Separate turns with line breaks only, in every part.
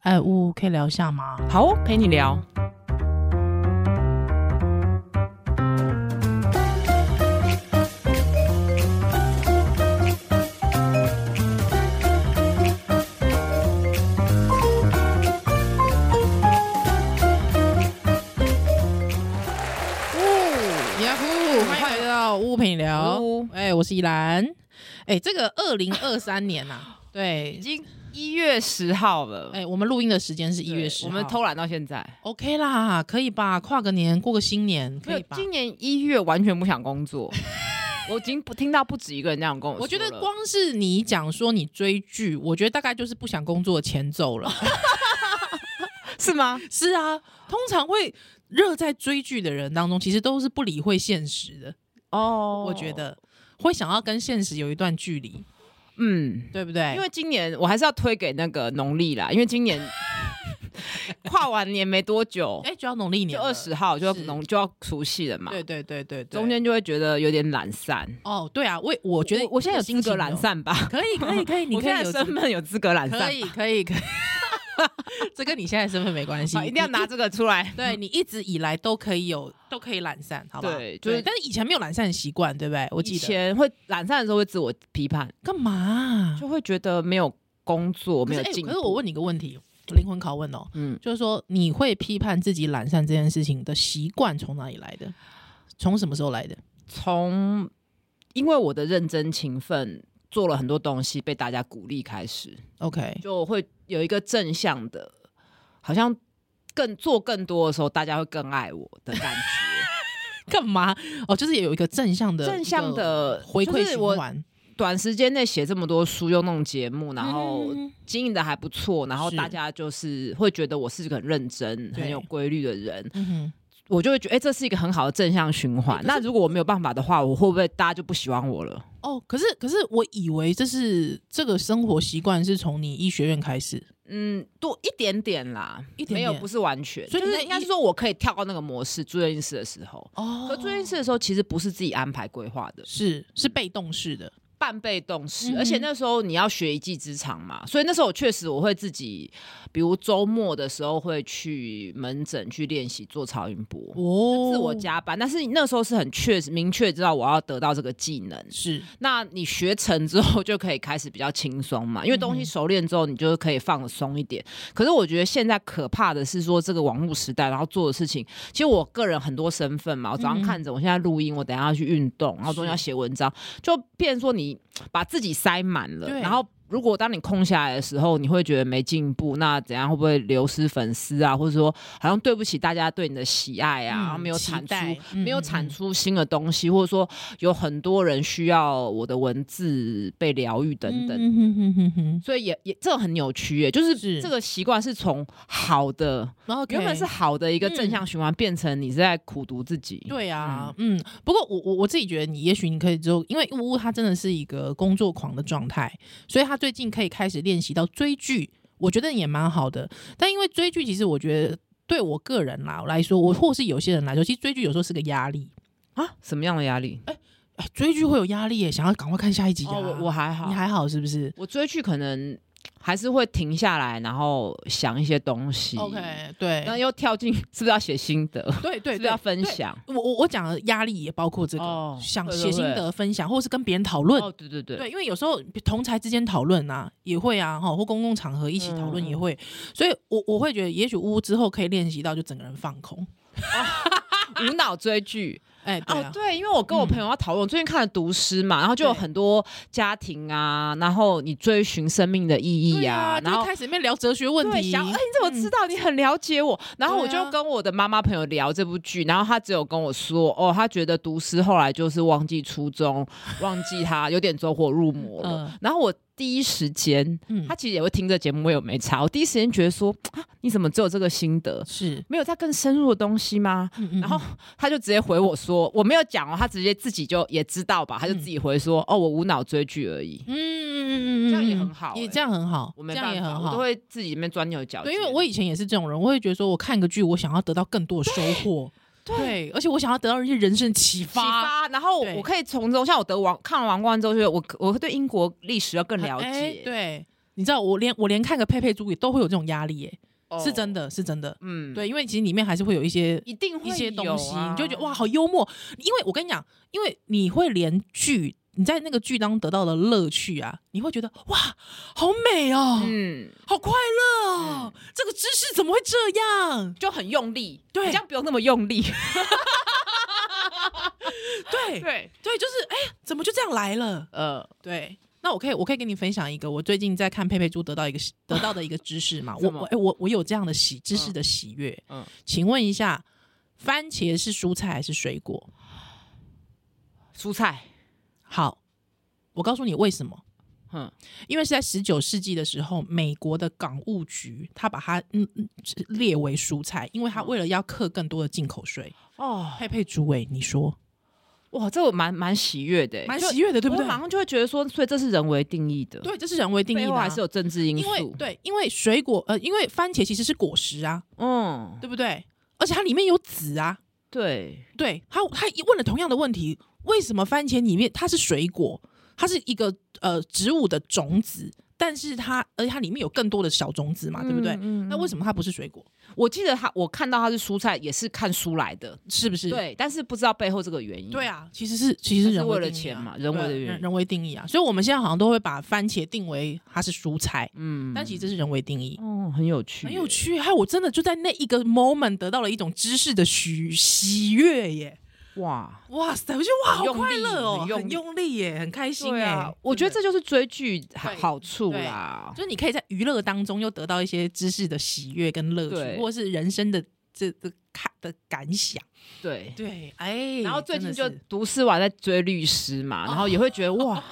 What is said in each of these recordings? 哎，呜，可以聊一下吗？
好哦，陪你聊。
呜呀呼，欢迎来到呜陪你聊
呜。
哎，我是依兰。哎，这个二零二三年呐、对
已，经一月十号了，
哎，我们录音的时间是
对
一月十，
我们偷懒到现在。
OK 啦，可以吧？跨个年，过个新年，
没
可
有
以，吧？
今年一月完全不想工 作，我已经不听到不止一个人这样跟我说
我觉得
了
光是你讲说你追剧，我觉得大概就是不想工作的前奏 了。
是吗？
是啊，通常会热在追剧的人当中，其实都是不理会现实的。
哦
我觉，得会想要跟现实有一段距离，
嗯，
对不对？
因为今年我还是要推给那个农历啦，因为今年 跨完年没多久，
哎，就要农历年
就
了
二十，号就要
是
农就要除夕了嘛，
对对对对对，
中间就会觉得有点懒散。
哦，对啊，我我觉得
我我现在有资格懒
心情
散吧？
哦， 可以可以 可以，你
我
可
现
以
在
有
身份有资格懒散吧，
可以可以 可以，这跟你现在身份没关系
好，一定要拿这个出来。
对你一直以来都可以有，都可以懒散，好吧？
对就是
但是以前没有懒散的习惯，对不对？我
以
记得
前会懒散的时候会自我批判，
干嘛啊、
就会觉得没有工作，
可
没
是
有
哎
进
可
步。
是我问你一个问题，灵魂拷问哦，
嗯，
就是说你会批判自己懒散这件事情的习惯从哪里来的？从什么时候来的？
从因为我的认真勤奋做了很多东西，被大家鼓励开始，
OK，
就会有一个正向的，好像更做更多的时候，大家会更爱我的感觉。
干嘛？哦，就是有一个正向 的
正向的
一个回馈
就是
循
我
环，
短时间内写这么多书，又弄节目，然后
嗯
经营的还不错，然后
是
大家就是会觉得我是一个很认真、
对
很有规律的人，
嗯哼，
我就会觉得，哎、这是一个很好的正向循环。那如果我没有办法的话，我会不会大家就不喜欢我了？
哦，可是可是我以为这是这个生活习惯是从你医学院开始，
嗯，多一点点啦，
一点点
没有，不是完全。
所以
就
你在
是应该是说我可以跳到那个模式，住院医师的时候。
哦
可住院医师的时候，其实不是自己安排规划的，
是是被动式的，
半被动式，
嗯哼
而且那时候你要学一技之长嘛，所以那时候我确实我会自己，比如周末的时候会去门诊去练习做超音波，
哦
自我加班。但是那时候是很确实明确知道我要得到这个技能，
是
那你学成之后就可以开始比较轻松嘛，因 为
嗯
东西熟练之后，你就可以放得松一点。可是我觉得现在可怕的是说这个网络时代，然后做的事情，其实我个人很多身份嘛，我早上
嗯
看着，我现在录音，我等一下要去运动，然后中间要写文章，就变成说你把自己塞满了，
对
然后。如果当你空下来的时候，你会觉得没进步，那怎样会不会流失粉丝啊？或者说好像对不起大家对你的喜爱啊，
嗯
然后没有产
期
出
待，嗯
没有
嗯
产
嗯
出新的东西，或者说有很多人需要我的文字被疗愈等等，
嗯哼哼哼哼
所以也也这很扭曲耶，就是
是
这个习惯是从好的
然后
原本是好的一个正
嗯
向循环，变成你是在苦读自己。
对啊，嗯不过我我我自己觉得你也许你可以之后，因为呜呜他真的是一个工作狂的状态，所以他最近可以开始练习到追剧，我觉得也蛮好的。但因为追剧，其实我觉得对我个人啦来说，我或是有些人来说，其实追剧有时候是个压力。
啊，什么样的压力？
哎，追剧会有压力耶，想要赶快看下一集啊！
哦，我我还好
你，还好是不是
我追剧可能还是会停下来，然后想一些东西。
？OK，对，
然后又跳进，是不是要写心得？
对对对
是不是要分享？
我我我讲的压力也包括这个，
哦
想
对对
写心
对
得分享，或是跟别人讨论。
哦，对对对，
对，因为有时候同才之间讨论啊，也会啊，哈，或公共场合一起讨论
嗯
也会，所以我我会觉得，也许呜呜之后可以练习到，就整个人放空。
无脑追剧。
哎、对
哦
啊，，
对，因为我跟我朋友要讨论，我最近看了《毒师》嘛，然后就有
对
很多家庭啊，然后你追寻生命的意义
对啊，
然
就
后
开始面聊哲学问
对，
题，
想，哎、你怎么知道？你很了解我。然后我
对啊
就跟我的妈妈朋友聊这部剧，然后她只有跟我说，哦，她觉得《毒师》后来就是忘记初衷，忘记他有点走火入魔了。
嗯
然后我第一时间，
嗯
她其实也会听这节目，我也没查。我第一时间觉得说，啊，你怎么只有这个心得？
是，
没有再更深入的东西吗？
嗯嗯
然后他就直接回我说，我没有讲哦，他直接自己就也知道吧，他就自己回说，哦，我无脑追剧而已，
嗯嗯嗯嗯嗯，
这样也很好
也
欸
这样很好，
我没
这样
办
也
法，
很
我
好
都。会自己里面钻牛角尖。
对，因为我以前也是这种人，我会觉得说，我看个剧，我想要得到更多的收获，
对
而且我想要得到一些人生启
启
发，
发，然后
对
我可以从中，像我得王看完王冠之后，就我我会对英国历史要更了解。
哎对，你知道我连我连看个佩佩猪也都会有这种压力耶、是真
的，
的是真的。
哦嗯，，
对，因为其实里面还是会有一些
一定会
一些东
有
西，
啊
你就觉得哇，好幽默。因为我跟你讲，因为你会连剧，你在那个剧当得到的乐趣啊，你会觉得哇，好美哦，
嗯，
好快乐哦，这个姿势怎么会这样？
就很用力，
对
你这样不用那么用力，
对
对，
对，就是哎呀，怎么就这样来了？
呃，。
对，那我可以，我可以跟你分享一个我最近在看佩佩猪得到一个喜得到的一个知识嘛 我
什么
我哎、我我有这样的喜知识的喜悦。
嗯嗯
请问一下，番茄是蔬菜还是水果？
蔬菜，
好，我告诉你为什么。
嗯，
因为是在十九世纪的时候，美国的港务局它把它嗯嗯列为蔬菜，因为
嗯
它为了要课更多的进口税。
哦，
佩佩猪，哎，你说
哇，这我蛮蛮喜悦的，欸
蛮
就
喜悦的，对不
我
对？
马上就会觉得说，所以这是人为定义的，，
对，这是人为定义
背
的
后
啊、
还是有政治因
因为
素，
对，因为水果呃，因为番茄其实是果实啊，
嗯，
对不对？而且它里面有籽啊，
对，
对，他他问了同样的问题，为什么番茄里面它是水果，它是一个呃植物的种子，但是它而且它里面有更多的小种子嘛，对不对？
嗯
那为什么它不是水果？
我记得他，我看到他是蔬菜，也是看书来的，
是不是？
对，但是不知道背后这个原因。
对，啊，其实是其实
它是
人
为
定
了
义
钱
啊
嘛人为的
对
原
人
因
人为定义啊，所以我们现在好像都会把番茄定为它是蔬菜，
嗯
但其实这是人为定义。
哦，很有趣，
很有。趣，还有我真的就在那一个 moment 得到了一种知识的喜喜悦耶！
哇，
哇塞，我觉得哇，
很
好
用
快
力
乐哦，
很
很
用
用力耶，很开心耶。
欸我觉得
啊真
这就是追剧好
对
好处
对
啦
的。就是你可以在娱乐当中又得到一些知识的喜悦跟乐
对
趣，或是人生的这这看的感想。
对，
对，哎，
然后最近就
真的是
读诗完在追律师嘛，然后也会觉 得哇，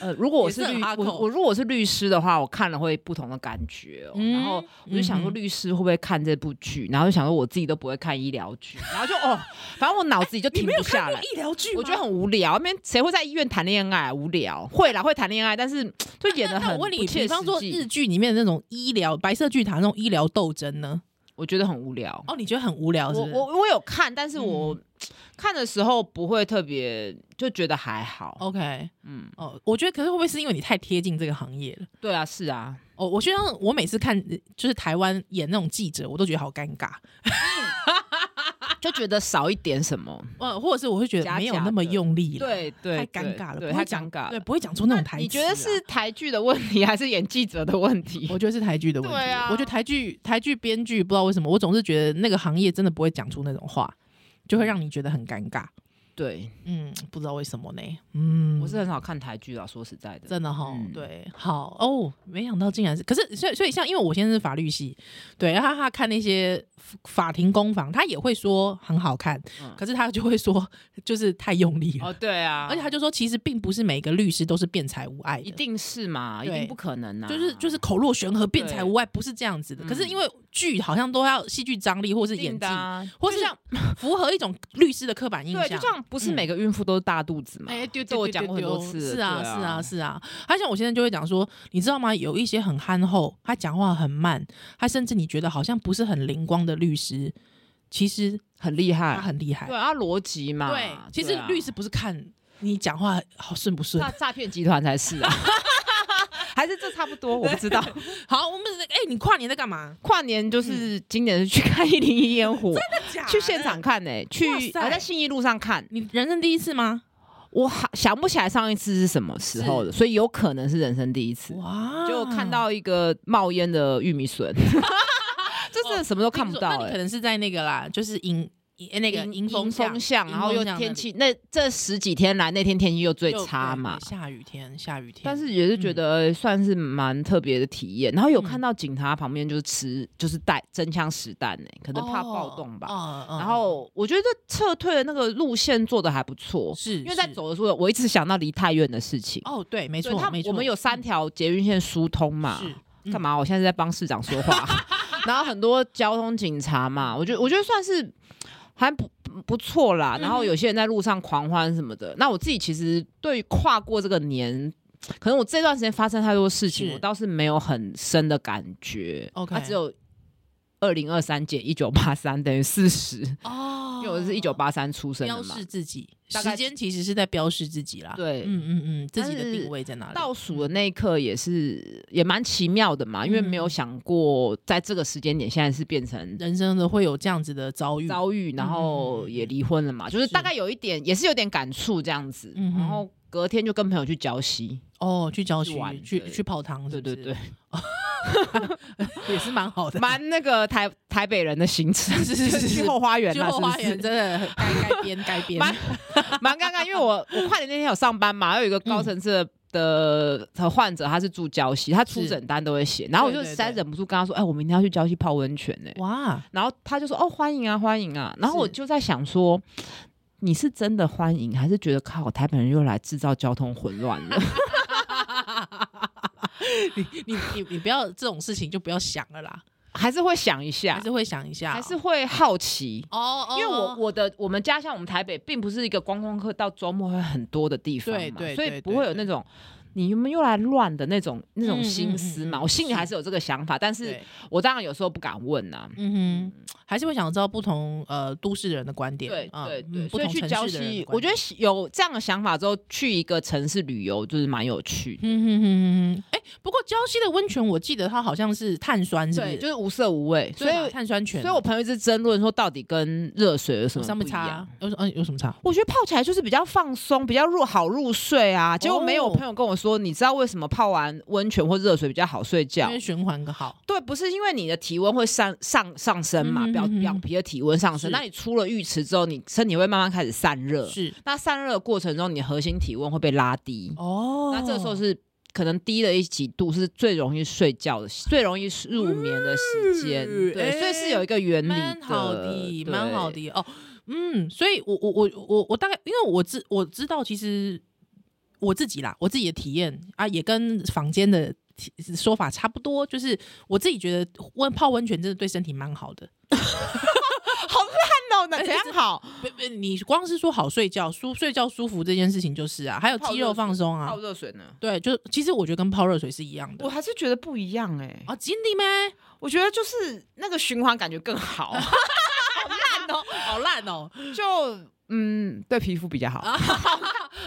呃，如果我是
也是很
律
哈口
我我如果我是律师的话，我看了会不同的感觉哦。
嗯
然后我就想说，
嗯哼
律师会不会看这部剧？然后就想说，我自己都不会看医疗剧，然后就哦，反正我脑子里就
你
停
没有
不下
看
来
过。医疗剧吗，
我觉得很无聊，那边谁会在医院谈恋爱、啊？无聊，会啦，会谈恋爱，但是就演的
那
很
我问你，
不切
比方说
实际
日剧里面的那种医疗白色剧堂那种医疗斗争呢？
我觉得很无聊。
哦，你觉得很无聊是
我
不是？
我我有看，但是我看的时候不会特别就觉得还好。
OK，
嗯，
哦，我觉得可是会不会是因为你太贴近这个行业了？
对啊，是啊，
哦，我觉得我每次看就是台湾演那种记者，我都觉得好尴尬，
就觉得少一点什么。
呃，或者是我会觉得
假
没有
假
那么
的
用力了，
对对，
太
对
尴尬了，
对，
不会
太
讲
尴尬
对，
了。
不会讲出那种台词。啊
你觉得是？台剧的问题， 还是演记者的问题？
我觉得是台剧的问题。
对啊
我觉得台剧台剧编剧不知道为什么，我总是觉得那个行业真的不会讲出那种话，就
嗯
会让你觉得很尴尬。
对，
嗯，不知道为什么呢？嗯，
我是很少看台剧啊，说实在的。
真的哈、
嗯
对，好哦，没想到竟然是，可是所以所以像，因为我先生是法律系，对，然后他看那些法庭攻防，他也会说很好看，
嗯
可是他就会说就是太用力了，
哦，对啊，
而且他就说其实并不是每个律师都是辩才无碍
一
的，
定是嘛，一
对
定不可能啊，
就是就是口若悬河、辩才无碍，不是这样子的。
嗯
可是因为剧好像都要戏剧张力或是演
定
技
的，啊
或
就是像
符合一种律师的刻板印象。
对，就像不是
嗯
每个孕妇都是大肚子嘛，
哎，丢
这
丢
我
丢
讲过很多
丢
次了，
是啊，
对
是啊，，是啊。他像我现在就会讲说，你知道吗？有一些很憨厚，他讲话很慢，他甚至你觉得好像不是很灵光的律师，其实
很厉
他
害，啊
很厉害
对。啊，逻辑嘛，
对，其实律师不是看你讲话好顺不顺
诈。诈骗集团才是啊， 还是这差不多，我不知 道。
好，我们哎，你跨年在干嘛？
跨年就是
嗯
今年是去看一零一烟火，去现场，看呢、去
哇塞
我在信义路上看，
你人生第一次吗？
我好想不起来上一次是什么时候的，所以有可能是人生第一次。
哇
就看到一个冒烟的玉 米笋，这真的
哦
什么都看不到
那你
哎、
可能是在那个啦，就是迎迎那个迎风
风向，然后又天气，那这十几天来那天天气又最差嘛。
下雨天，下雨天，
但是也是
嗯
觉得哎算是蛮特别的体验，然后有看到警察旁边就是持就是带真枪实弹呢、可
可
能怕暴动吧。
哦
然后我觉得撤退的那个路线做的还不错，
是
因为在
是
走的时候我一直想到离太远的事情。
哦，对，没
没
错，
他
没错，
我们有三条捷运线疏通嘛，
是嗯
干嘛？我现在在帮市长说 话，然后很多交通警察嘛，我觉得我觉得算是还不不错啦。
嗯
然后有些人在路上狂欢什么的，那我自己其实对于跨过这个年。可能我这段时间发生太多事情，
是
我倒是没有很深的感觉。啊
OK
它只有二零二三减一九八三等于四十，
哦，
因为我是一九八三出生的
标
嘛
示。自己，
大概
时间其实是在标示自己啦。
对
嗯嗯嗯，自己的
但是
定位在哪里？
倒数的那一刻也是也蛮奇妙的嘛，因为没有想过在这个时间点，现在是变成
人生的会有这样子的遭遇，
遭遇，然
嗯
后也离婚了嘛，就是大概有一点也是有点感触这样子，
嗯哼
然后隔天就跟朋友去礁溪，
哦，去郊区
去玩
去
对
去泡汤是
对
不是，
对对，
也是蛮好的，
蛮那个台台北人的行程，
是 是是是
去后花园
去
啦，
后花
是
园
不是
真的很该该编该编，
蛮蛮尴尬，因为我我快点那天有上班嘛，有一个高层次的。的的患者他是住礁溪，他出
是
诊单都会写，然后我就
对对
实在
对
忍不住跟他说：“哎，我明天要去礁溪泡温泉呢。”
哇，
然后他就说：“哦，欢迎啊，欢迎啊。”然后我
是
就在想说，你是真的欢迎，还是觉得靠台北人又来制造交通混乱 了？
你你你你不要这种事情就不要想了啦，
还是会想一下，
还是会想一下哦，
还是会好奇。
哦，哦
因为我
哦
我的我们家像我们台北，并不是一个观光客到周末会很多的地方嘛，
对对
所
对
以不会有那种你们又来乱的那种那种
嗯
心思
嗯
嘛。
嗯嗯
我心里
是
还是有这个想法，但是
对
我当然有时候不敢问啊呐、
嗯哼，还是会想知道不同呃都市人的观点，
对
啊
对对，
嗯不
所以
同
去
城
礁
市的人
溪
的，观
我觉得
点
有这样的想法之后，去一个城市旅游就是蛮有趣的。
嗯哼哼哼哼，哎，不过礁溪的温泉，我记得它好像是碳酸，是不
对，
是？
就是无色无味，所
对
以
嘛碳酸泉
所
嘛，
以我朋友一直争论说，到底跟热水有什么
上
不
面
一
差
样？
有什嗯有什么差？
我觉得泡起来就是比较放松，比较入好入睡啊。结果没有
哦
我朋友跟我说，你知道为什么泡完温泉或热水比较好睡觉
因为？循环个好，
对，不是因为你的体温会上上上升嘛，
嗯
表
嗯嗯
表皮的体温上
是
升。那你出了浴池之后，你身体会慢慢开始散热。
是
那散热的过程中，你核心体温会被拉低。
哦
那这个时候是可能低了一几度，是最容易睡觉的、最容易入眠的时间。
嗯
对，
哎
所以是有一个原理
蛮好的，
的，
蛮好
对。
的哦。嗯，所以我我我我我大概因为我知我知道，其实我自己啦，我自己的体验啊，也跟坊间的体说法差不多，就是我自己觉得温泡温泉真的对身体蛮好的。
看
哎
到呢，怎样好？
不不，你光是说好睡觉、舒睡觉舒服这件事情就是啊，还有
泡
肌
热
肉
水
放松啊
泡，热水呢？
对，就其实我觉得跟泡热水是一样的
我。还是觉得不一样哎、
啊，真的咩？
我觉得就是那个循环感觉更好，
烂哦，好烂哦！
就嗯，对皮肤比较好。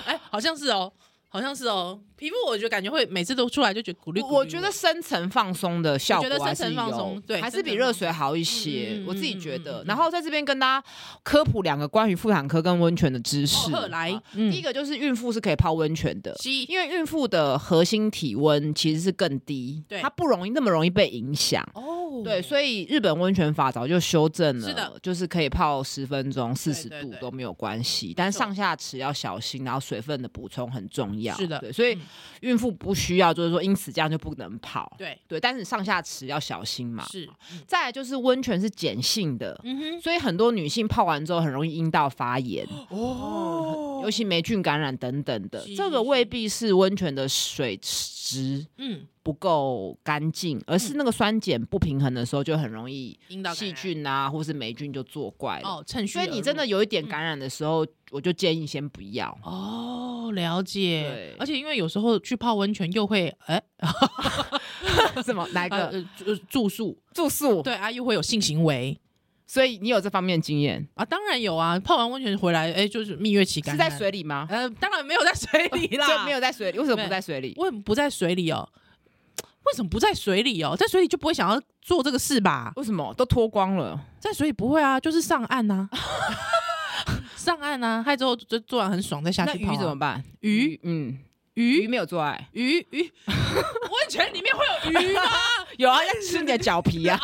哎、好像是哦，好像是哦。皮肤我就感觉会每次都出来就觉得咕噜咕噜。
我我觉得深层放松的效
我觉
果
得
还是
深层放
有
松对
还是比
深层放
热
松
水好一些，
嗯嗯嗯
我自己觉
嗯
得。
嗯嗯
然后在这边跟大家科普两个关于妇产科跟温泉的知识。
哦呵来
啊
嗯
第一个就是孕妇是可以泡温泉的。
西
因为孕妇的核心体温其实是更低，
对
它不容易那么容易被影响。
哦
对，所以日本温泉法早就修正了，
是的
就是可以泡十分钟、四十
对
度
对
都没有关系，但
错
上下池要小心，然后水分的补充很重要。
是的
对，所以
嗯
孕妇不需要，就是说因此这样就不能泡。
对
对，但是上下池要小心嘛。
是，
再来就是温泉是碱性的，
嗯
所以很多女性泡完之后很容易阴道发炎，
哼，哦
尤其霉菌感染等等的
是，
这个未必是温泉的水质
嗯，
不够干净，而是那个酸碱不平衡的时候，就很容易
阴道感
细
染
菌啊，或是霉菌就作怪了。
哦，趁虚
所
而
以
入，
你真的有一点感染的时候，我就建议先不 要。
哦，了解
对。
而且因为有时候去泡温泉又会，哎、
什么？哪一
呃
个
呃住住宿，
住宿？
对啊，又会有性行为
所以你有这方面经验？
啊，当然有啊。泡完温泉回来，哎、就是蜜月期
是
感
在
染，
水里吗？
呃，当然没有在水里 啦，
就没有在水里，为什么
对
不在水里？
为什么不在水里哦？为什么不在水里哦？在水里就不会想要做这个事吧？
为什么都脱光了？
在水里不会啊，就是上岸 呐、上岸呐、啊，害之后就做完很爽，再下
那
去泡啊、
鱼怎么办？
鱼，
嗯，鱼
鱼
没有做爱，
鱼鱼，温泉里面会 有鱼 吗？
有啊，在 吃你的脚 皮啊。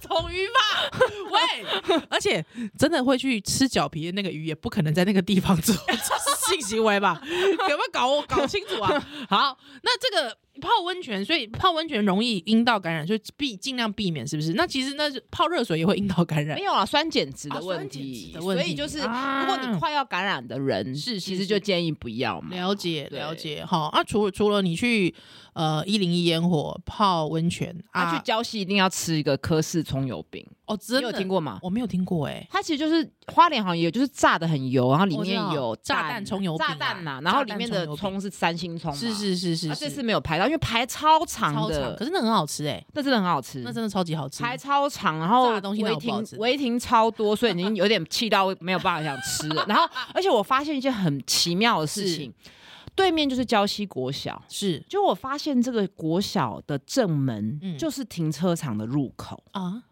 虫鱼吧？喂， 而且真的会去吃脚皮的那个鱼，也不可能在那个地方做性行为 吧？有没有搞搞清楚啊？好，那这个泡温泉，所以泡温泉容易阴道感染，所以避尽量避免，是不是？那其实那是泡热水也会阴道感染
没，有啊，酸碱值的
啊
问
酸碱值
题，
的问
所以
题
就是
啊
如果你快要感染的人，
是是
其实
是
就建议不要嘛。
了解
对
了解，好啊。除除了你去呃一零一烟火泡温泉
他
啊
去，礁溪一定要吃一个科氏葱油饼，
哦，
你
真
有
的
听？过吗？
我没有听过哎、
它其实就是花莲，好像也就是炸的很油，然后里
我知
面
道
有
炸弹葱油饼
炸
啊
弹嘛，然后里面
炸
的
弹葱
葱是三星葱嘛，
是是是是
啊，
是，
这次没有排到，因为排超长
超
的嗯
长，可，是那很好吃哎、
那真的很好吃，
那真的超级好吃。
排超长，然后
炸的东西哪有
违
不好
停
吃的
违停超多，所以已经有点气到没有办法想吃 了。然后，而且我发现一件很奇妙的事情，对面就是礁溪国小，
是
就我发现这个国小的正门
嗯
就是停车场的入口，
啊，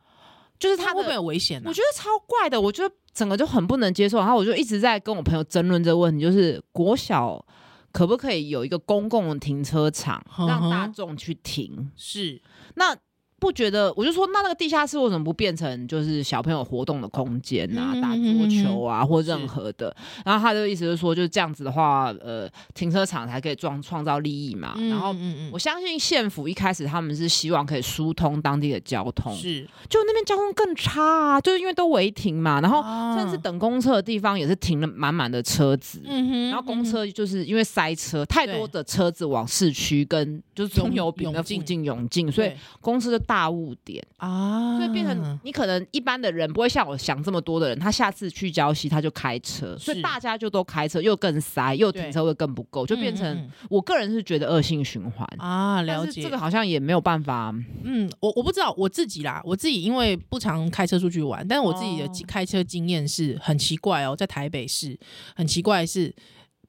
就是
它
它
会不会
的，
有危险呢、
我
啊？
觉得超怪的，我觉得整个就很不能接受。然后我就一直在跟我朋友争论这个问题，就是国小。可不可以有一个公共的停车场，
嗯
让
哼
大众去停？
是
那不觉得？我就说，那那个地下室为什么不变成就是小朋友活动的空间啊，
嗯
打桌球啊，或任何的？然后他的意思就是说，就是这样子的话，呃，停车场才可以创创造利益嘛。啊然后
嗯
我相信县府一开始他们是希望可以疏通当地的交通，
是，
就那边交通更差啊，就是因为都违停嘛，然后
啊
甚至等公车的地方也是停了满满的车子。
嗯哼
然后公车就是因为塞车，太多的车子往市区跟就是
涌
中油饼的附
涌
近涌进，
嗯
所以
对
公司的大误点，
啊，
所以变成你可能一般的人不会像我想这么多的人，他下次去礁溪他就开车，所以
是
大家就都开车，又更塞，又
对
停车位更不够，就变成
嗯嗯
我个人是觉得恶性循环。
嗯啊，
但
了
是
解
这个好像也没有办法，
嗯，我我不知道我自己啦，我自己因为不常开车出去玩，但是我自己的
哦
经开车经验是很奇怪哦，在台北市很奇怪的是。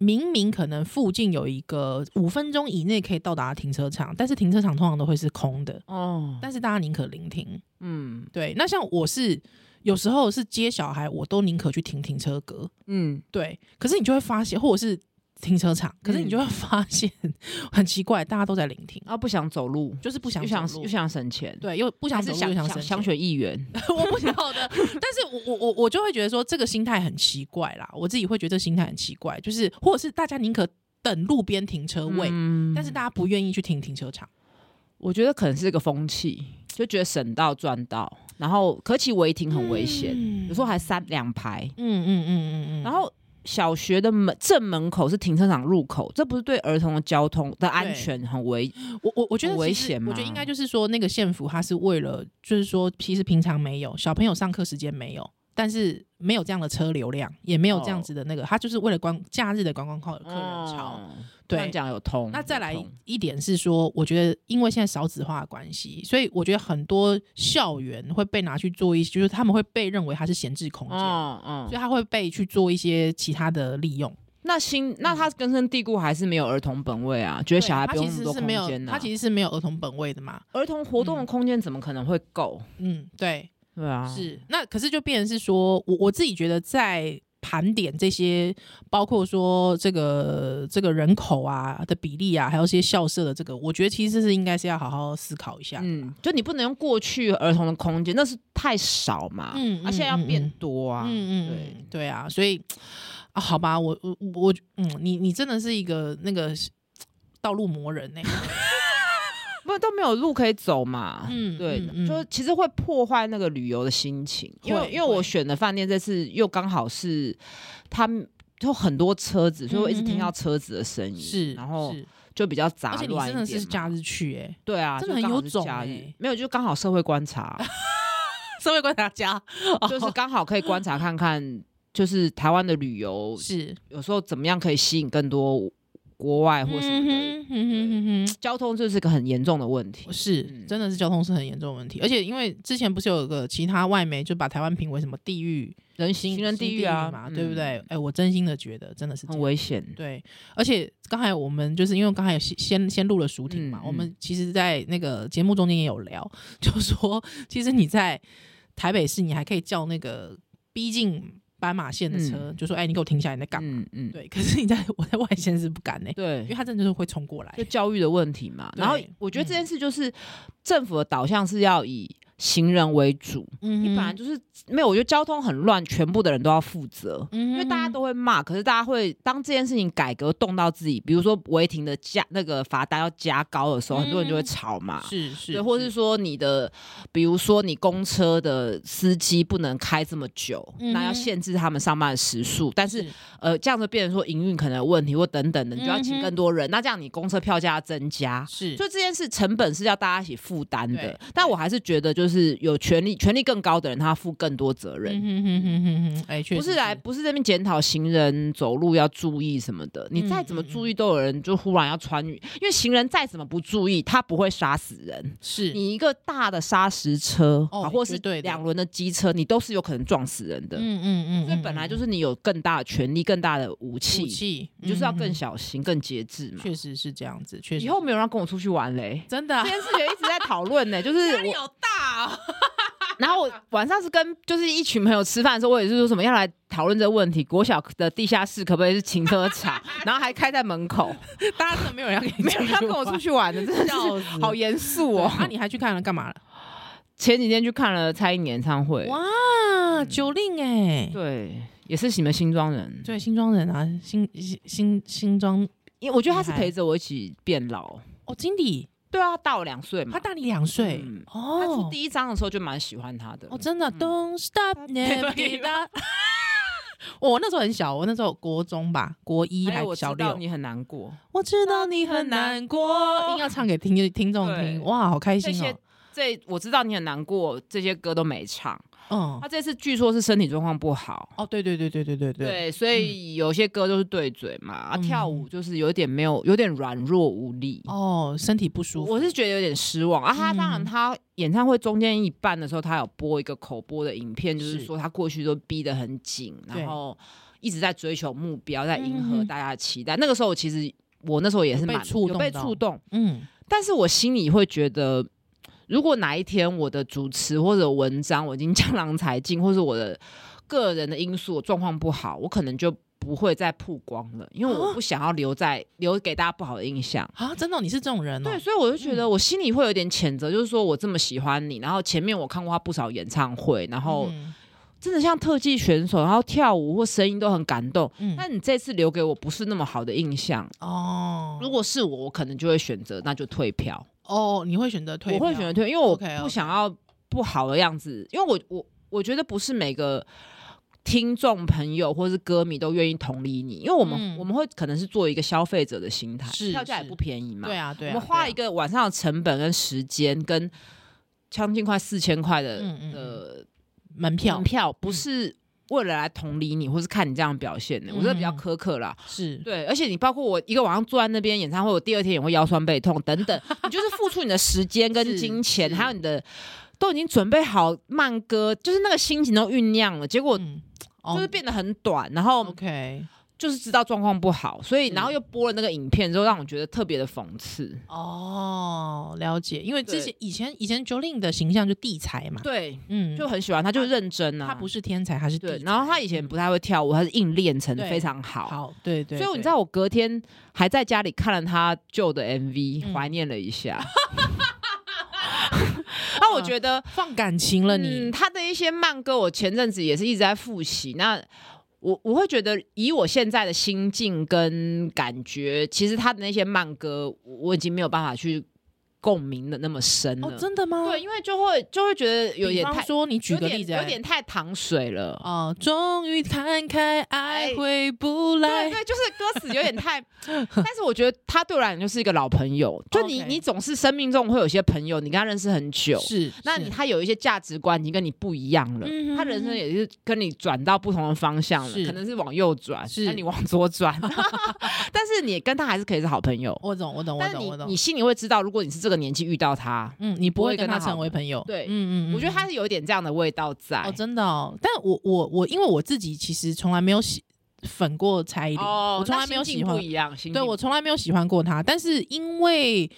明明可能附近有一个五分钟以内可以到达的停车场，但是停车场通常都会是空的，
哦，
但是大家宁可聆听。
嗯
对，那像我是有时候是接小孩，我都宁可去停停车格。
嗯，
对，可是你就会发现，或者是停车场，可是你就
嗯
会发现、 很奇怪，大家都在聆听，
啊然后不想走路，
就是不想
又想
走路
又想省钱，，
对，又不想
还
走
是
路
想
又想
想
省
想
钱，
选议员，
我不晓得。但是我我我我就会觉得说，这个心态很奇怪啦，我自己会觉得这个心态很奇怪，就是或者是大家宁可等路边停车位，
嗯
但是大家不愿意去停停车场。
我觉得可能是一个风气，就觉得省到赚到，然后可其违停很危险，
嗯
有时候还三两排。
嗯嗯嗯嗯嗯，
然后小学的门正门口是停车场入口，这不是对儿童的交通的安全很危？
我我我觉得
很危
其实
险
我觉得
吗
应该就是说，那个县府他是为了，就是说，其实平常没有小朋友上课时间没有，但是没有这样的车流量，也没有这样
哦
子的那个，他就是为了观假日的观光客客
客
人
人
潮。
潮，
对
嗯这样讲有通。
那再来
有通
一点是说，我觉得因为现在少子化的关系，所以我觉得很多校园会被拿去做一些，就是他们会被认为它是闲置空间，
嗯嗯
所以，他会被去做一些其他的利用。
那新那他根深蒂固还是没有儿童本位啊，觉得
嗯对
小孩
它
不用
其
那么
实
多
是
空
没有，
间
它
啊。
其实是没有儿童本位的嘛。
儿童活动的空间怎么可能会够？
嗯，对。
对啊，
是，那可是就变成是说，我我自己觉得在盘点这些，包括说这个这个人口啊的比例啊，还有一些校舍的这个，我觉得其实是应该是要好好思考一下。
嗯，就你不能用过去儿童的空间，那是太少嘛。
嗯
嗯，而且要变多啊。
嗯
对
嗯，对啊，所以啊，好吧，我我我，嗯，你你真的是一个那个道路魔人 呢、
不然都没有路可以走嘛。
嗯
对
嗯嗯，
就是其实会破坏那个旅游的心情，因为
会
因为我
会
选的饭店这次又刚好是他们就很多车子，所以我一
嗯
直
嗯嗯
听到车子的声音，
是，
然后
是
就比较杂
而且你
乱
真的
一
是
点嘛。
假日去 哎、
对啊，
真的
就刚好
很有
是
种
假日
欸
没有，就刚好社会观 察，
社会观察 家
就是刚好可以观察看看，就是台湾的旅游
是，
有时候怎么样可以吸引更多国外哎或什么
嗯
的
哼嗯哼嗯哼。
交通就是个很严重的问题。
是，
嗯
真的是交通是很严重的问题，而且因为之前不是有个其他外媒就把台湾评为什么地狱
人
新
行人
新
地
狱
狱啊，
嘛，
嗯
对不对？？哎、我真心的觉得真的是这
很
样。
危险。
对，而且刚才我们就是因为刚才有先先先录了熟听嘛，
嗯嗯
我们其实，在那个节目中间也有聊，就说其实你在台北市，你还可以叫那个逼近斑马线的车，就说哎、你给我停下来，你在干嘛？
嗯嗯，
对，可是你在我在外县是不敢呢、
对
因为，他真的就是会冲过来
就。教育的问题嘛。
对嗯
然后我觉得这件事就是政府的导向是要以行人为主，
嗯
你本来就是没有，我觉得交通很乱，全部的人都要负责。
因
因为大家都会骂，可是大家会当这件事情改革动到自己，比如说违停的加那个罚单要加高的时候，
嗯
很多人就会吵嘛，
是是，
对，或是说你的，比如说你公车的司机不能开这么久，
嗯哼
那要限制他们上班的时数，但是
是
呃，这样子变成说营运可能有问题或等等的，你就要
嗯
请
哼
更多人，那这样你公车票价要增加。
是
所以这件事成本是要大家一起负担的
对，
但我还是觉得就就是有权利权利更高的人，他负更多责任。
嗯哼哼哼哼哼，哎，确
不
实
是来，不是这边检讨行人走路要注意什么的，你
嗯
再怎么注意，都有人就忽然要穿越，因为行人再怎么不注意，他不会杀死人。
是
你一个大的砂石车
哦
啊，或是
绝对的
两轮的机车，你都是有可能撞死人的。
嗯嗯嗯，
所以本来就是是你有更大的权利、更大的武器，
武器，
你就是要
嗯
更
嗯
小心、更节制
嗯
嘛。
确实是这样子，确实
以后没有人要跟我出去 玩嘞、
真的啊
这件事情一直在讨论 呢，就是
压力
我
好大哦，
然后我晚上是跟就是一群朋友吃饭的时候，我也是说什么要来讨论这个问题，国小的地下室可不可以是停车 场，然后还开在门口，
大家真的 没有人要跟你
没有人要跟我 出去玩的，真的是
笑死，
好严肃
我
哦。
啊，你还去看了干嘛了？
前几天去看了蔡依林演唱会，
哇，九令
欸
哎，
对，也是你们新庄人，
对，新庄人啊，新新新新庄
因为我觉得他是
厉害
陪着我一起变老，
哦，经理
对啊，他大我两岁嘛
他，大你两岁
嗯他出
哦。
第一张的时候就蛮喜欢他的
哦，，真的、d o n t stop, never
对
give up。我那时候很小，我那时候国中吧，国一
还
还
哎有我知
小
道
六。
你很难过，
我知道你很难过，硬要唱给听听众
对
听，哇，好开
这
心
些
哦。
这我知道你很难过，这些歌都没唱。
嗯
他，这次据说是身体状况不好，
哦，对对对对对对对，
对，嗯所以有些歌都是对嘴嘛，啊、
嗯
跳舞就是有点没有，有点软弱无力。
哦，身体不舒服，
我是觉得有点失望啊！他
嗯
当然，他演唱会中间一半的时候，他有播一个口播的影片，就是
是
说他过去都逼得很紧，
对
然后一直在追求目标，在迎
嗯
合
嗯
大家的期待。那个时候，其实我那时候也是
有被
蛮
触
有
动
被
到
触动，
嗯，
但是我心里会觉得，如果哪一天我的主持或者文章我已经江郎才尽，或者我的个人的因素状况不好，我可能就不会再曝光了，因为我
啊
不想要留在留给大家不好的印象。
啊，真的哦、你是这种人哦，
对，所以我就觉得我心里会有点谴责，就是说我这么喜欢你，然后前面我看过他不少演唱会，然后
嗯，
真的像特技选手，然后跳舞或声音都很感动。
嗯，
但你这次留给我不是那么好的印象，
哦，
如果是我，我可能就会选择那就退票。
哦，你会选择退
我
票，
会选择退，因为我
OK，OK
不想要不好的样子，因为我我我觉得不是每个。听众朋友或是歌迷都愿意同理你，因为我们、
嗯
我们会可能是做一个消费者的心态，
是
票价也
是
不便宜嘛，
对啊，对啊，
我们花一
个，
个晚上的成本跟时间，跟将近快四千块的
嗯嗯嗯
的
门票嗯
门票，不是为了来同理你，或是看你这样的表现的，我觉得比较
嗯嗯
苛刻啦。
是，
对，而且你包括我一个晚上坐在那边演唱会，我第二天也会腰酸背痛等等，你就是付出你的时间 跟
是
金钱，
是
还有你的都已经准备好慢歌，就是那个心情都酝酿了，结果
嗯，哦
就是变得很短，然后
OK，
就是知道状况不好，所以
是
然后又播了那个影片之后，让我觉得特别的讽刺。
哦，了解，因为之
对
前以前以前 Jolin 的形象就地才嘛，
对，
嗯，
就很喜欢他，就认真啊。
他不是天才，他是
对
地，才
然后他以前不太会跳舞，他是硬练成的
对
非常好。
好，对对，
所以你
对
知道，我隔天还在家里看了他旧的 MV，
嗯
怀、念了一下。 那我觉得，
放感情了
嗯，
你，
他的一些慢歌，我前阵子也是一直在复习。那我我会觉得，以我现在的心境跟感觉，其实他的那些慢歌，我我已经没有办法去共鸣的那么深了。
哦，真的吗？
对，，因为就会就会觉得有点太
说你举
有
个
点
例子来，
有点太糖水了。
哦，终于看开，爱
哎
回不
对
来，
对，就是歌词有 点太，但是我觉得他对我来讲就是一个老朋友。就你
OK
你总是生命中会有一些朋友，你跟他认识很久，
是，
那
是
你他有一些价值观已经跟你不一样了，
嗯哼
他人生也是跟你转到不同的方向了，
是
可能是往右转，
是
那你往左 转，但是你跟他还是可以是好朋友。
我哦懂，我懂，我
但是
懂，
你
我
你
懂，
心里会知道，如果你是这个年纪遇到他，
嗯，你不
不
会
会
跟
跟
他
他好
成为朋友，
对
嗯
我觉得他是有一点这样的味道在。
哦，真的哦，但我我我，因为我自己其实从来没有喜粉过蔡依林，
哦
我从
那
来没有
心
喜
境
欢
不一样，心
对
境
我从来没有喜欢过他，但是因为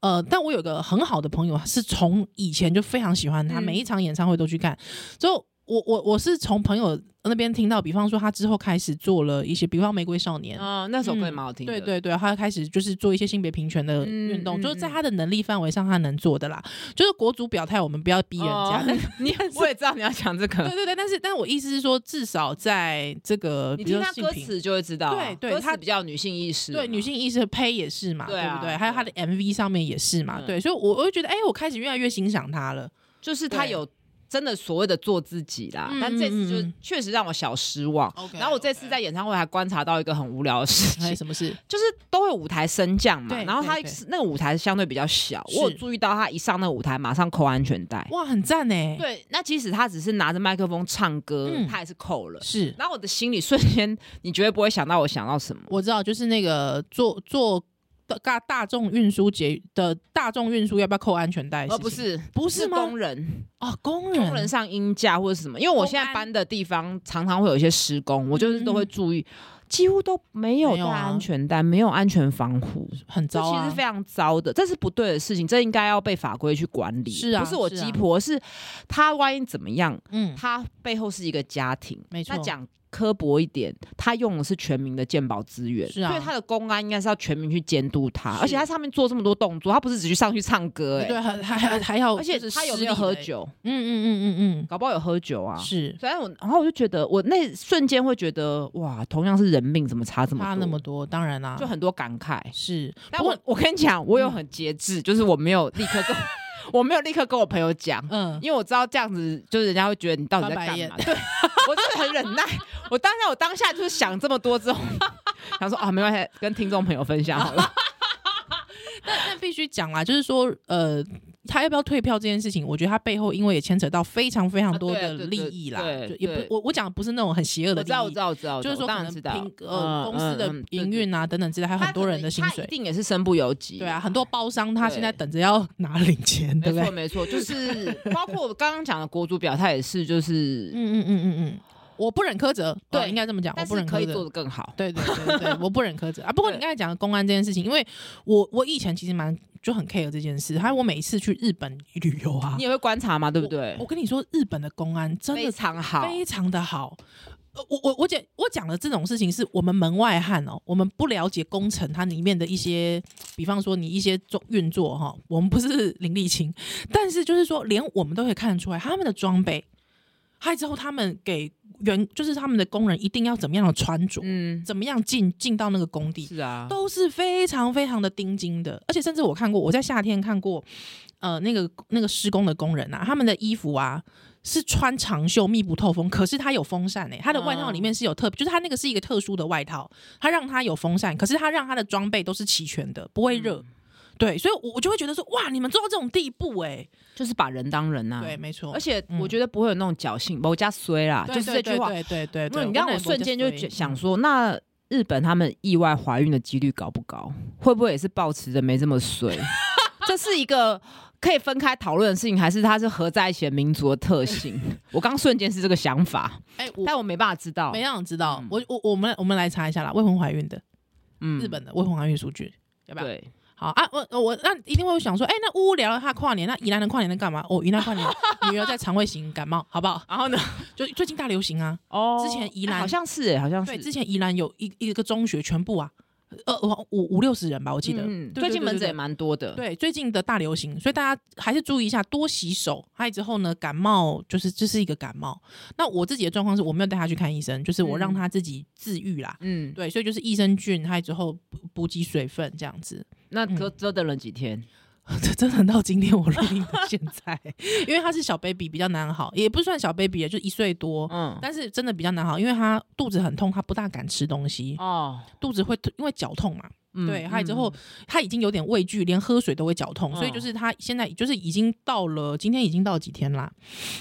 呃，但我有个很好的朋友，是从以前就非常喜欢他，
嗯
每一场演唱会都去看。就我我我是从朋友那边听到，比方说他之后开始做了一些，比方《玫瑰少年》
嗯，那首歌也
嗯
蛮好听的。
对对对，他开始就是做一些性别平权的
嗯
运动，
嗯
就是在
嗯
他的能力范围上他能做的啦。就是国足表态，我们不要逼人家。但是
哦、你我也知道你要讲这
对
个，
对对，但是但我意思是说，至少在这个
你
比
听
如
他
说性
歌
平
词就会知道啊、
对对
歌词
他
比较女性意识，啊
对女。性意识的胚也是嘛，
对啊
不对？还有他的 MV 上面也是嘛，
嗯
对，所以我我就觉得，哎、我开始越来越欣赏他了，
就是他
对
有真的所谓的做自己啦。
嗯
但这次就
嗯嗯哦
确实让我小失望。
OK，
然后我这次
OK
在演唱会还观察到一个很无聊的事
还
情
有，什么事？
就是都有舞台升降嘛
对，
然后他
对对
那个舞台相对比较小，
是
我有注意到他一上那个舞台马上扣安全带。
哇，很赞呢、，
对，那即使他只是拿着麦克风唱歌，
嗯
他还是扣了。
是
然后我的心里瞬间，你绝对不会想到我想到什么。
我知道，就是那个坐坐大大众运输节的大众运输要不要扣安全带的事情？
而哦不是
哦不
是
是吗？
工人，
哦，工人
工人上鹰架或者什么，因为我现在
公安
搬的地方常常会有一些施工，我就是都会注意，几乎都嗯没有
没有
戴
啊
安全带，没有安全防护，
很
这
糟
其
啊，
实非常糟的，这是不对的事情，这应该要被法规去管理。
是啊
不是我
是啊
鸡婆，是他万一怎么样，
嗯，
他背后是一个家庭，
没错
那讲刻薄一点，他用的是全民的健保资源，
是啊
所以他的公安应该是要全民去监督他，
是
而且他上面做这么多动作，他不是只去上去唱歌、欸，
对，还还还还要，
而且他有没有喝？酒？
嗯嗯嗯嗯
搞不好有喝酒啊
嗯，。是
所以我，然后我就觉得，我那瞬间会觉得，哇，同样是人命，怎么差这么多？
差那么多，当然啦，
就很多感慨。
是。
但
不过
我我跟你讲，我有
嗯
很节制，就是我没有立刻 跟我没有立刻跟我朋友讲，
嗯，
因为我知道这样子就是人家会觉得你到底在
翻白
干
眼
嘛。对，我真的很忍耐。我当下我当下就是想这么多之后， 想说啊，没关系，跟听众朋友分享 好了。
但必须讲啦，就是说，呃，他要不要退票这件事情，我觉得他背后因为也牵扯到非常非常多
啊对
的
对对
利益啦，
对
就也不
对，
我我讲的不是那种很邪恶的
我
利
知道，我知
益，
道，我知道，我知
就
道
是说
我当
可
然
能
知道嗯
平，呃公司的营运啊等等之类，还有
他
很多人的薪水
一，定也是身不由己。
对啊，很多包商他现在
对
等着要拿领钱，对不
没
对
错？没错，就是包括我刚刚讲的国足表，他也是就是，
嗯嗯嗯嗯嗯，我不忍苛责，
对
呃应该这么讲，我
但
不
是
忍
可以
苛责
做。得更好。
对对对对，我不忍苛责啊。不过你
对
刚才讲的公安这件事情，因为我我以前其实蛮就很 care 这件事，还有我每一次去日本旅游啊
你，也会观察嘛，对不对
我？跟你说，日本的公安真
非
的
常好，
非常的好。呃我我我讲我讲的这种事情，是我们门外汉哦，我们不了解工程它里面的一些，比方说你一些中运作哈、我们不是林立清，但是就是说，连我们都可以看得出来他们的装备，还有之后他们给员就是他们的工人一定要怎么样的穿着，
嗯，
怎么样进进到那个工地，
是啊，
都是非常非常的盯紧的，而且甚至我看过，我在夏天看过，呃，那个那个施工的工人啊，他们的衣服啊是穿长袖密不透风，可是他有风扇诶、他的外套里
哦
面是有特，就是他那个是一个特殊的外套，他让他有风扇，可是他让他的装备都是齐全的，不会热。
嗯
对，所以我我就会觉得说，哇，你们做到这种地步诶、
就是把人当人啊。
对，没错
而，且
嗯
我觉得不会有那种侥幸，某家衰啦，
对
就是这句话。
对对对对
那
对，
你让我瞬间就觉
嗯
嗯想说，那日本他们意外怀孕的几率高不高？会不会也是抱持着没这么衰？ 这是一个可以分开讨论的事情，还是它是合在一起的民族的特性？ 我刚瞬间是这个想法，
哎、我
但我没办法知道
没。让你知道
嗯，
我我我们我们来查一下啦，未婚怀孕的
嗯
日本的未婚怀孕数据，要不要？
对，
好啊，我我那一定会想说，哎、那乌乌聊了他跨年，那宜兰的跨年能干嘛？哦，宜兰跨年女儿在肠胃型感冒，好不好？
然后呢？
就最近大流行啊，
哦
之前宜
哎
兰
好像是，好像
对，
是
之前宜兰有一一个中学全部啊，呃五五五六十人吧，我记得。
嗯
对
最近门诊
对对
也。
对对
蛮多的。
对最近的大流行，所以大家还是注意一下，多洗手。还有之后呢，感冒就是这、是一个感冒。那我自己的状况是我没有带他去看医生，就是我让
嗯
他自己自愈啦。
嗯，
对，所以就是益生菌，还有之后补补给水分这样子。
那
嗯
折折腾了几天，
这真的到今天我录音的现在，因为他是小 baby 比较难好，也不算小 baby，就一岁多，
嗯，
但是真的比较难好，因为他肚子很痛，他不大敢吃东西，
哦，
肚子会因为绞痛嘛，
嗯
对，还有之
嗯
后他已经有点畏惧，连喝水都会绞痛，所以
嗯
就是他现在就是已经到了今天已经到几天啦，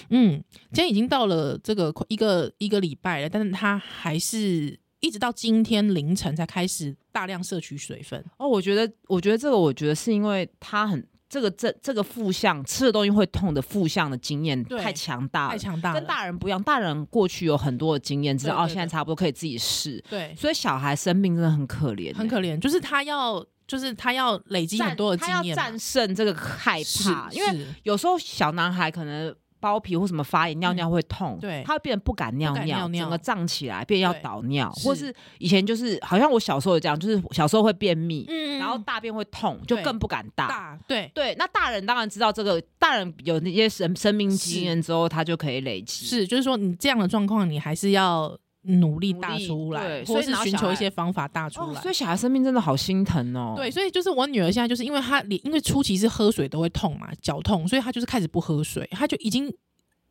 嗯，今天已经到了这个快一个一个礼拜了，但是他还是一直到今天凌晨才开始大量摄取水分，
哦，我觉得，我觉得这个，我觉得是因为他很这个这这个负向吃的东西会痛的负向的经验
对
太强大
太
了，
强大了，
跟啊大人不一样。大人过去有很多的经验，知道
对对
哦，
对
现在差不多可以自己试。
对。
所以小孩生病真的很可怜欸、
很可怜，就是他要，就是他要累积
战
很多的
他
经
要
验嘛，啊
战胜这个害
是
怕，因为嗯
是
有时候小男孩可能。包皮或什么发炎，尿尿会痛，
嗯对
他会变得不敢尿
不敢尿尿
整个胀起来，变要
对
倒尿，
是
或是以前就是好像我小时候有这样，就是小时候会便秘，
嗯
然后大便会痛，就
对
更不敢
大对
对，那大人当然知道这个，大人有那些生生命经验之后，他就可以累积。
是，就是说你这样的状况，你还是要努力
努
大
力
出来，
对
或
所以
是
然后
寻
小
求一
孩
些方法大出
哦
来，。
所以小孩生病真的好心疼哦。
对，，所以就是我女儿现在就是因为她连因为初期是喝水都会痛嘛，绞痛，所以她就是开始不喝水，她就已经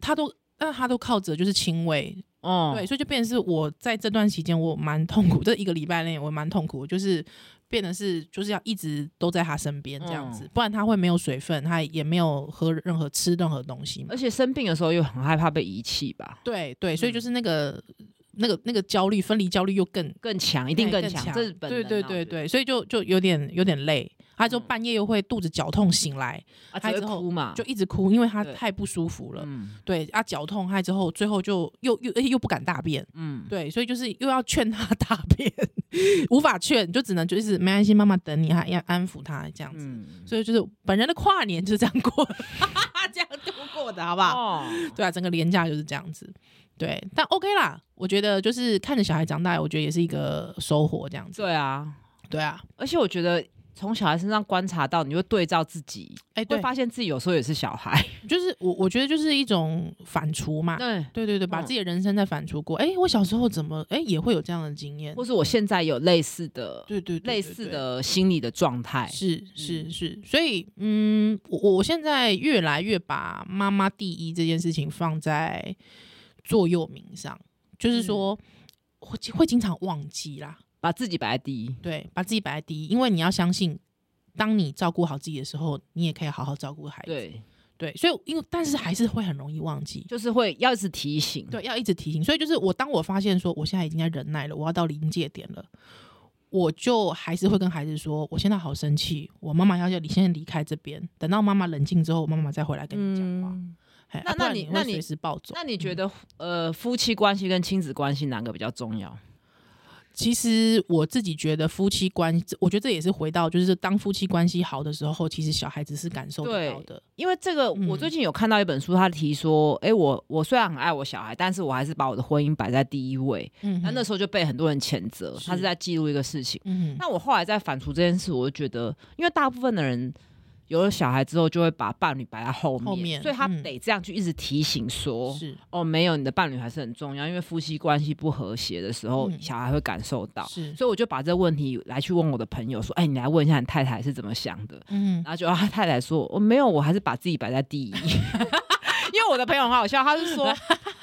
他都，但他都靠着就是轻微，
哦，
对，所以就变成是我在这段期间我蛮痛苦，这一个礼拜内我蛮痛苦，就是变得是就是要一直都在他身边这样子，
嗯
不然他会没有水分，他也没有喝任何吃任何东西嘛
而。且生病的时候又很害怕被遗弃吧，
对对，所以
嗯
就是那个、那个那个焦虑，分离焦虑又更哎
更强，一定
更
强，这是本
对
能啊
对对，对，所以就就有点有点累，他就
嗯
半夜又会肚子绞痛醒来，
我
他
觉得啊，只
之
会
后
哭嘛，
就一直哭，因为他
对
太不舒服了。
嗯
对啊，绞痛害之后，最后就又又而且又不敢大便，
嗯，
对，所以就是又要劝他 大便，无法劝，就只能就是没关系，妈妈等你，还要安抚他这样子。
嗯，
所以就是本人的跨年就是这样过， 这样度过的好不好？
哦，
对啊，整个年假就是这样子。对，但 OK 啦，我觉得就是看着小孩长大，我觉得也是一个收获，这样子。
对啊，
对啊，
而且我觉得从小孩身上观察到，你会对照自己，
哎、
会
对，
发现自己有时候也是 小孩，
就是我我觉得就是一种反刍嘛。
对，
对对对，把
嗯
自己的人生再反刍过。哎、我小时候怎么哎、也会有这样的经验？
或是我现在有类似的
对对对对
类似
对
的心理的状态，
是是
嗯
是，所以嗯，我我现在越来越把妈妈第一这件事情放在座右铭上，
嗯
就是说、会会经常忘记啦，
把自己摆在第一，
对，把自己摆在第一，因为你要相信，当你照顾好自己的时候，你也可以好好照顾孩子。
对，
对所以因为但是还是会很容易忘记。
就是会要一直提醒，
对，要一直提醒。所以就是我，当我发现说我现在已经在忍耐了，我要到临界点了，我就还是会跟孩子说，我现在好生气，我妈妈要叫你先离开这边，等到妈妈冷静之后，我妈妈再回来跟你讲话。
嗯
嘿
那
啊不
那
然
你
会
那
随
你
时暴走。
那你觉得呃，夫妻关系跟亲子关系哪个比较重要？
其实我自己觉得夫妻关，我觉得这也是回到就是当夫妻关系好的时候，其实小孩子是感受得到
对
的。
因为这个，
嗯
我最近有看到一本书，他提说，哎、我我虽然很爱我小孩，但是我还是把我的婚姻摆在第一位。
嗯
那那时候就被很多人谴责，
是
他是在记录一个事情。
嗯哼
那我后来在反刍这件事，我就觉得，因为大部分的人有了小孩之后，就会把伴侣摆在后面，
后面
所以他
嗯
得这样去一直提醒说，
是
哦，没有，你的伴侣还是很重要，因为夫妻关系不和谐的时候，
嗯
小孩会感受到。
是，
所以我就把这个问题来去问我的朋友说，哎、你来问一下你太太是怎么想的。
嗯
然后就啊他太太说：“我、没有，我还是把自己摆在第一。” 因为我的朋友很好笑，他是说，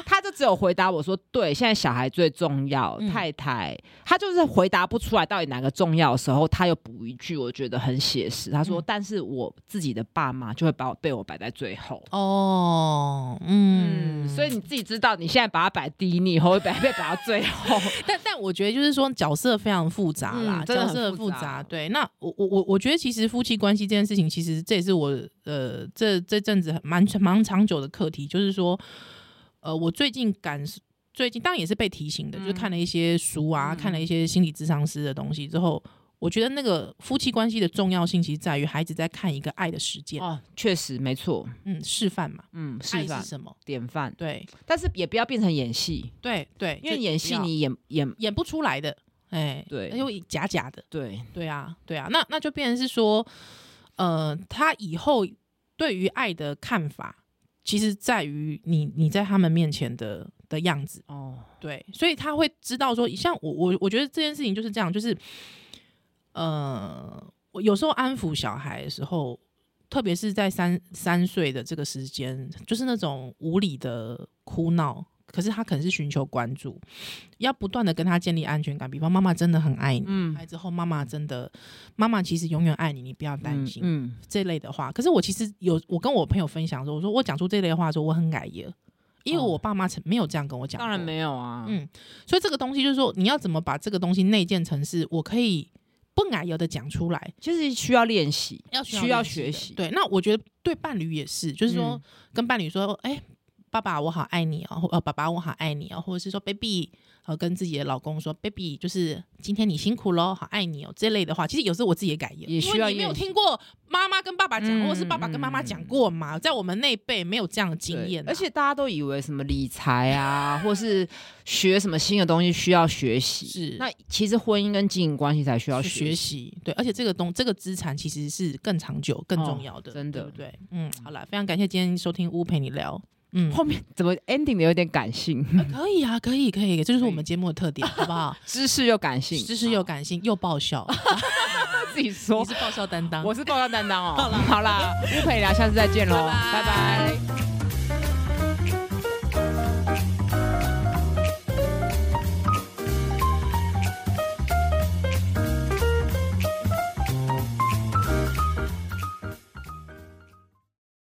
他就只有回答我说：“对，现在小孩最重要，
嗯
太太。”他就是回答不出来到底哪个重要的时候，他又补一句，我觉得很写实。他说：“
嗯
但是我自己的爸妈就会把我被我摆在最后。”
哦，嗯
嗯，所以你自己知道，你现在把它摆第一，你以后会被被摆到最 后。
但但我觉得就是说角色非常复杂啦，
嗯真的
角
很
色
复
复
杂
杂。对，那我我我我觉得其实夫妻关系这件事情，其实这也是我呃这这阵子很蛮蛮长久的课题，就是说，呃，我最近感受最近当然也是被提醒的，就是看了一些书啊，
嗯
看了一些心理咨商师的东西之后。我觉得那个夫妻关系的重要性，其实在于孩子在看一个爱的实践，
哦，确实没错，
嗯，示范嘛，
嗯，示
爱
范
是什么？
典范，
对
但是也不要变成演戏，
对对，
因为
就
演
不
戏
要
你演演
演不出来的，哎，
对
而且会假假的，
对
对啊，对啊，那那就变成是说，呃，他以后对于爱的看法，其实在于你你在他们面前的的样子，
哦，
对，所以他会知道说，像我我我觉得这件事情就是这样，就是，呃，我有时候安抚小孩的时候，特别是在三三岁的这个时间，就是那种无理的哭闹。可是他可能是寻求关注，要不断的跟他建立安全感。比方妈妈真的很爱你，
嗯
孩之后，妈妈真的，妈妈其实永远爱你，你不要担心、
嗯，
这类的话。可是我其实有，我跟我朋友分享说，我说我讲出这类的话的时候，我很感耶，因为
哦
我爸妈曾没有这样跟我讲，
当然。没有啊，
嗯所以这个东西就是说，你要怎么把这个东西内建成是我可以不奶油的讲出来，
其实需要练习，
要
需要学习，
对，那我觉得对伴侣也是，就是说、
嗯
跟伴侣说，哎、爸爸我好爱你哦，或呃爸爸我好爱你哦，或者是说 baby，呃跟自己的老公说 baby，就是今天你辛苦喽，好爱你哦这类的话，其实有时候我自己也改言，
也需
因
要
为你没有
练习
听过妈妈跟爸爸讲，
嗯
或是爸爸跟妈妈讲过嘛，在我们那一辈没有这样的经
对
验啊、
而且大家都以为什么理财啊，或是学什么新的东西需要学习，
是
那其实婚姻跟经营关系才需要
去学
习，
习，对，而且这个东这个资产其实是更长久、更重
哦
要的，
真的
对不对？嗯，好了，非常感谢今天收听屋陪你聊，嗯，
后面怎么 ending 的有点感性，
呃可以啊，可以，可以，这就是我
可
们
以
节目的特点，好不 好？
知识又感性，
知识又感性又爆 笑，
他自己
你
说，
是爆笑担当，
我是爆料担当哦，好啦，好啦，不陪聊，下次再见喽，
拜拜
拜拜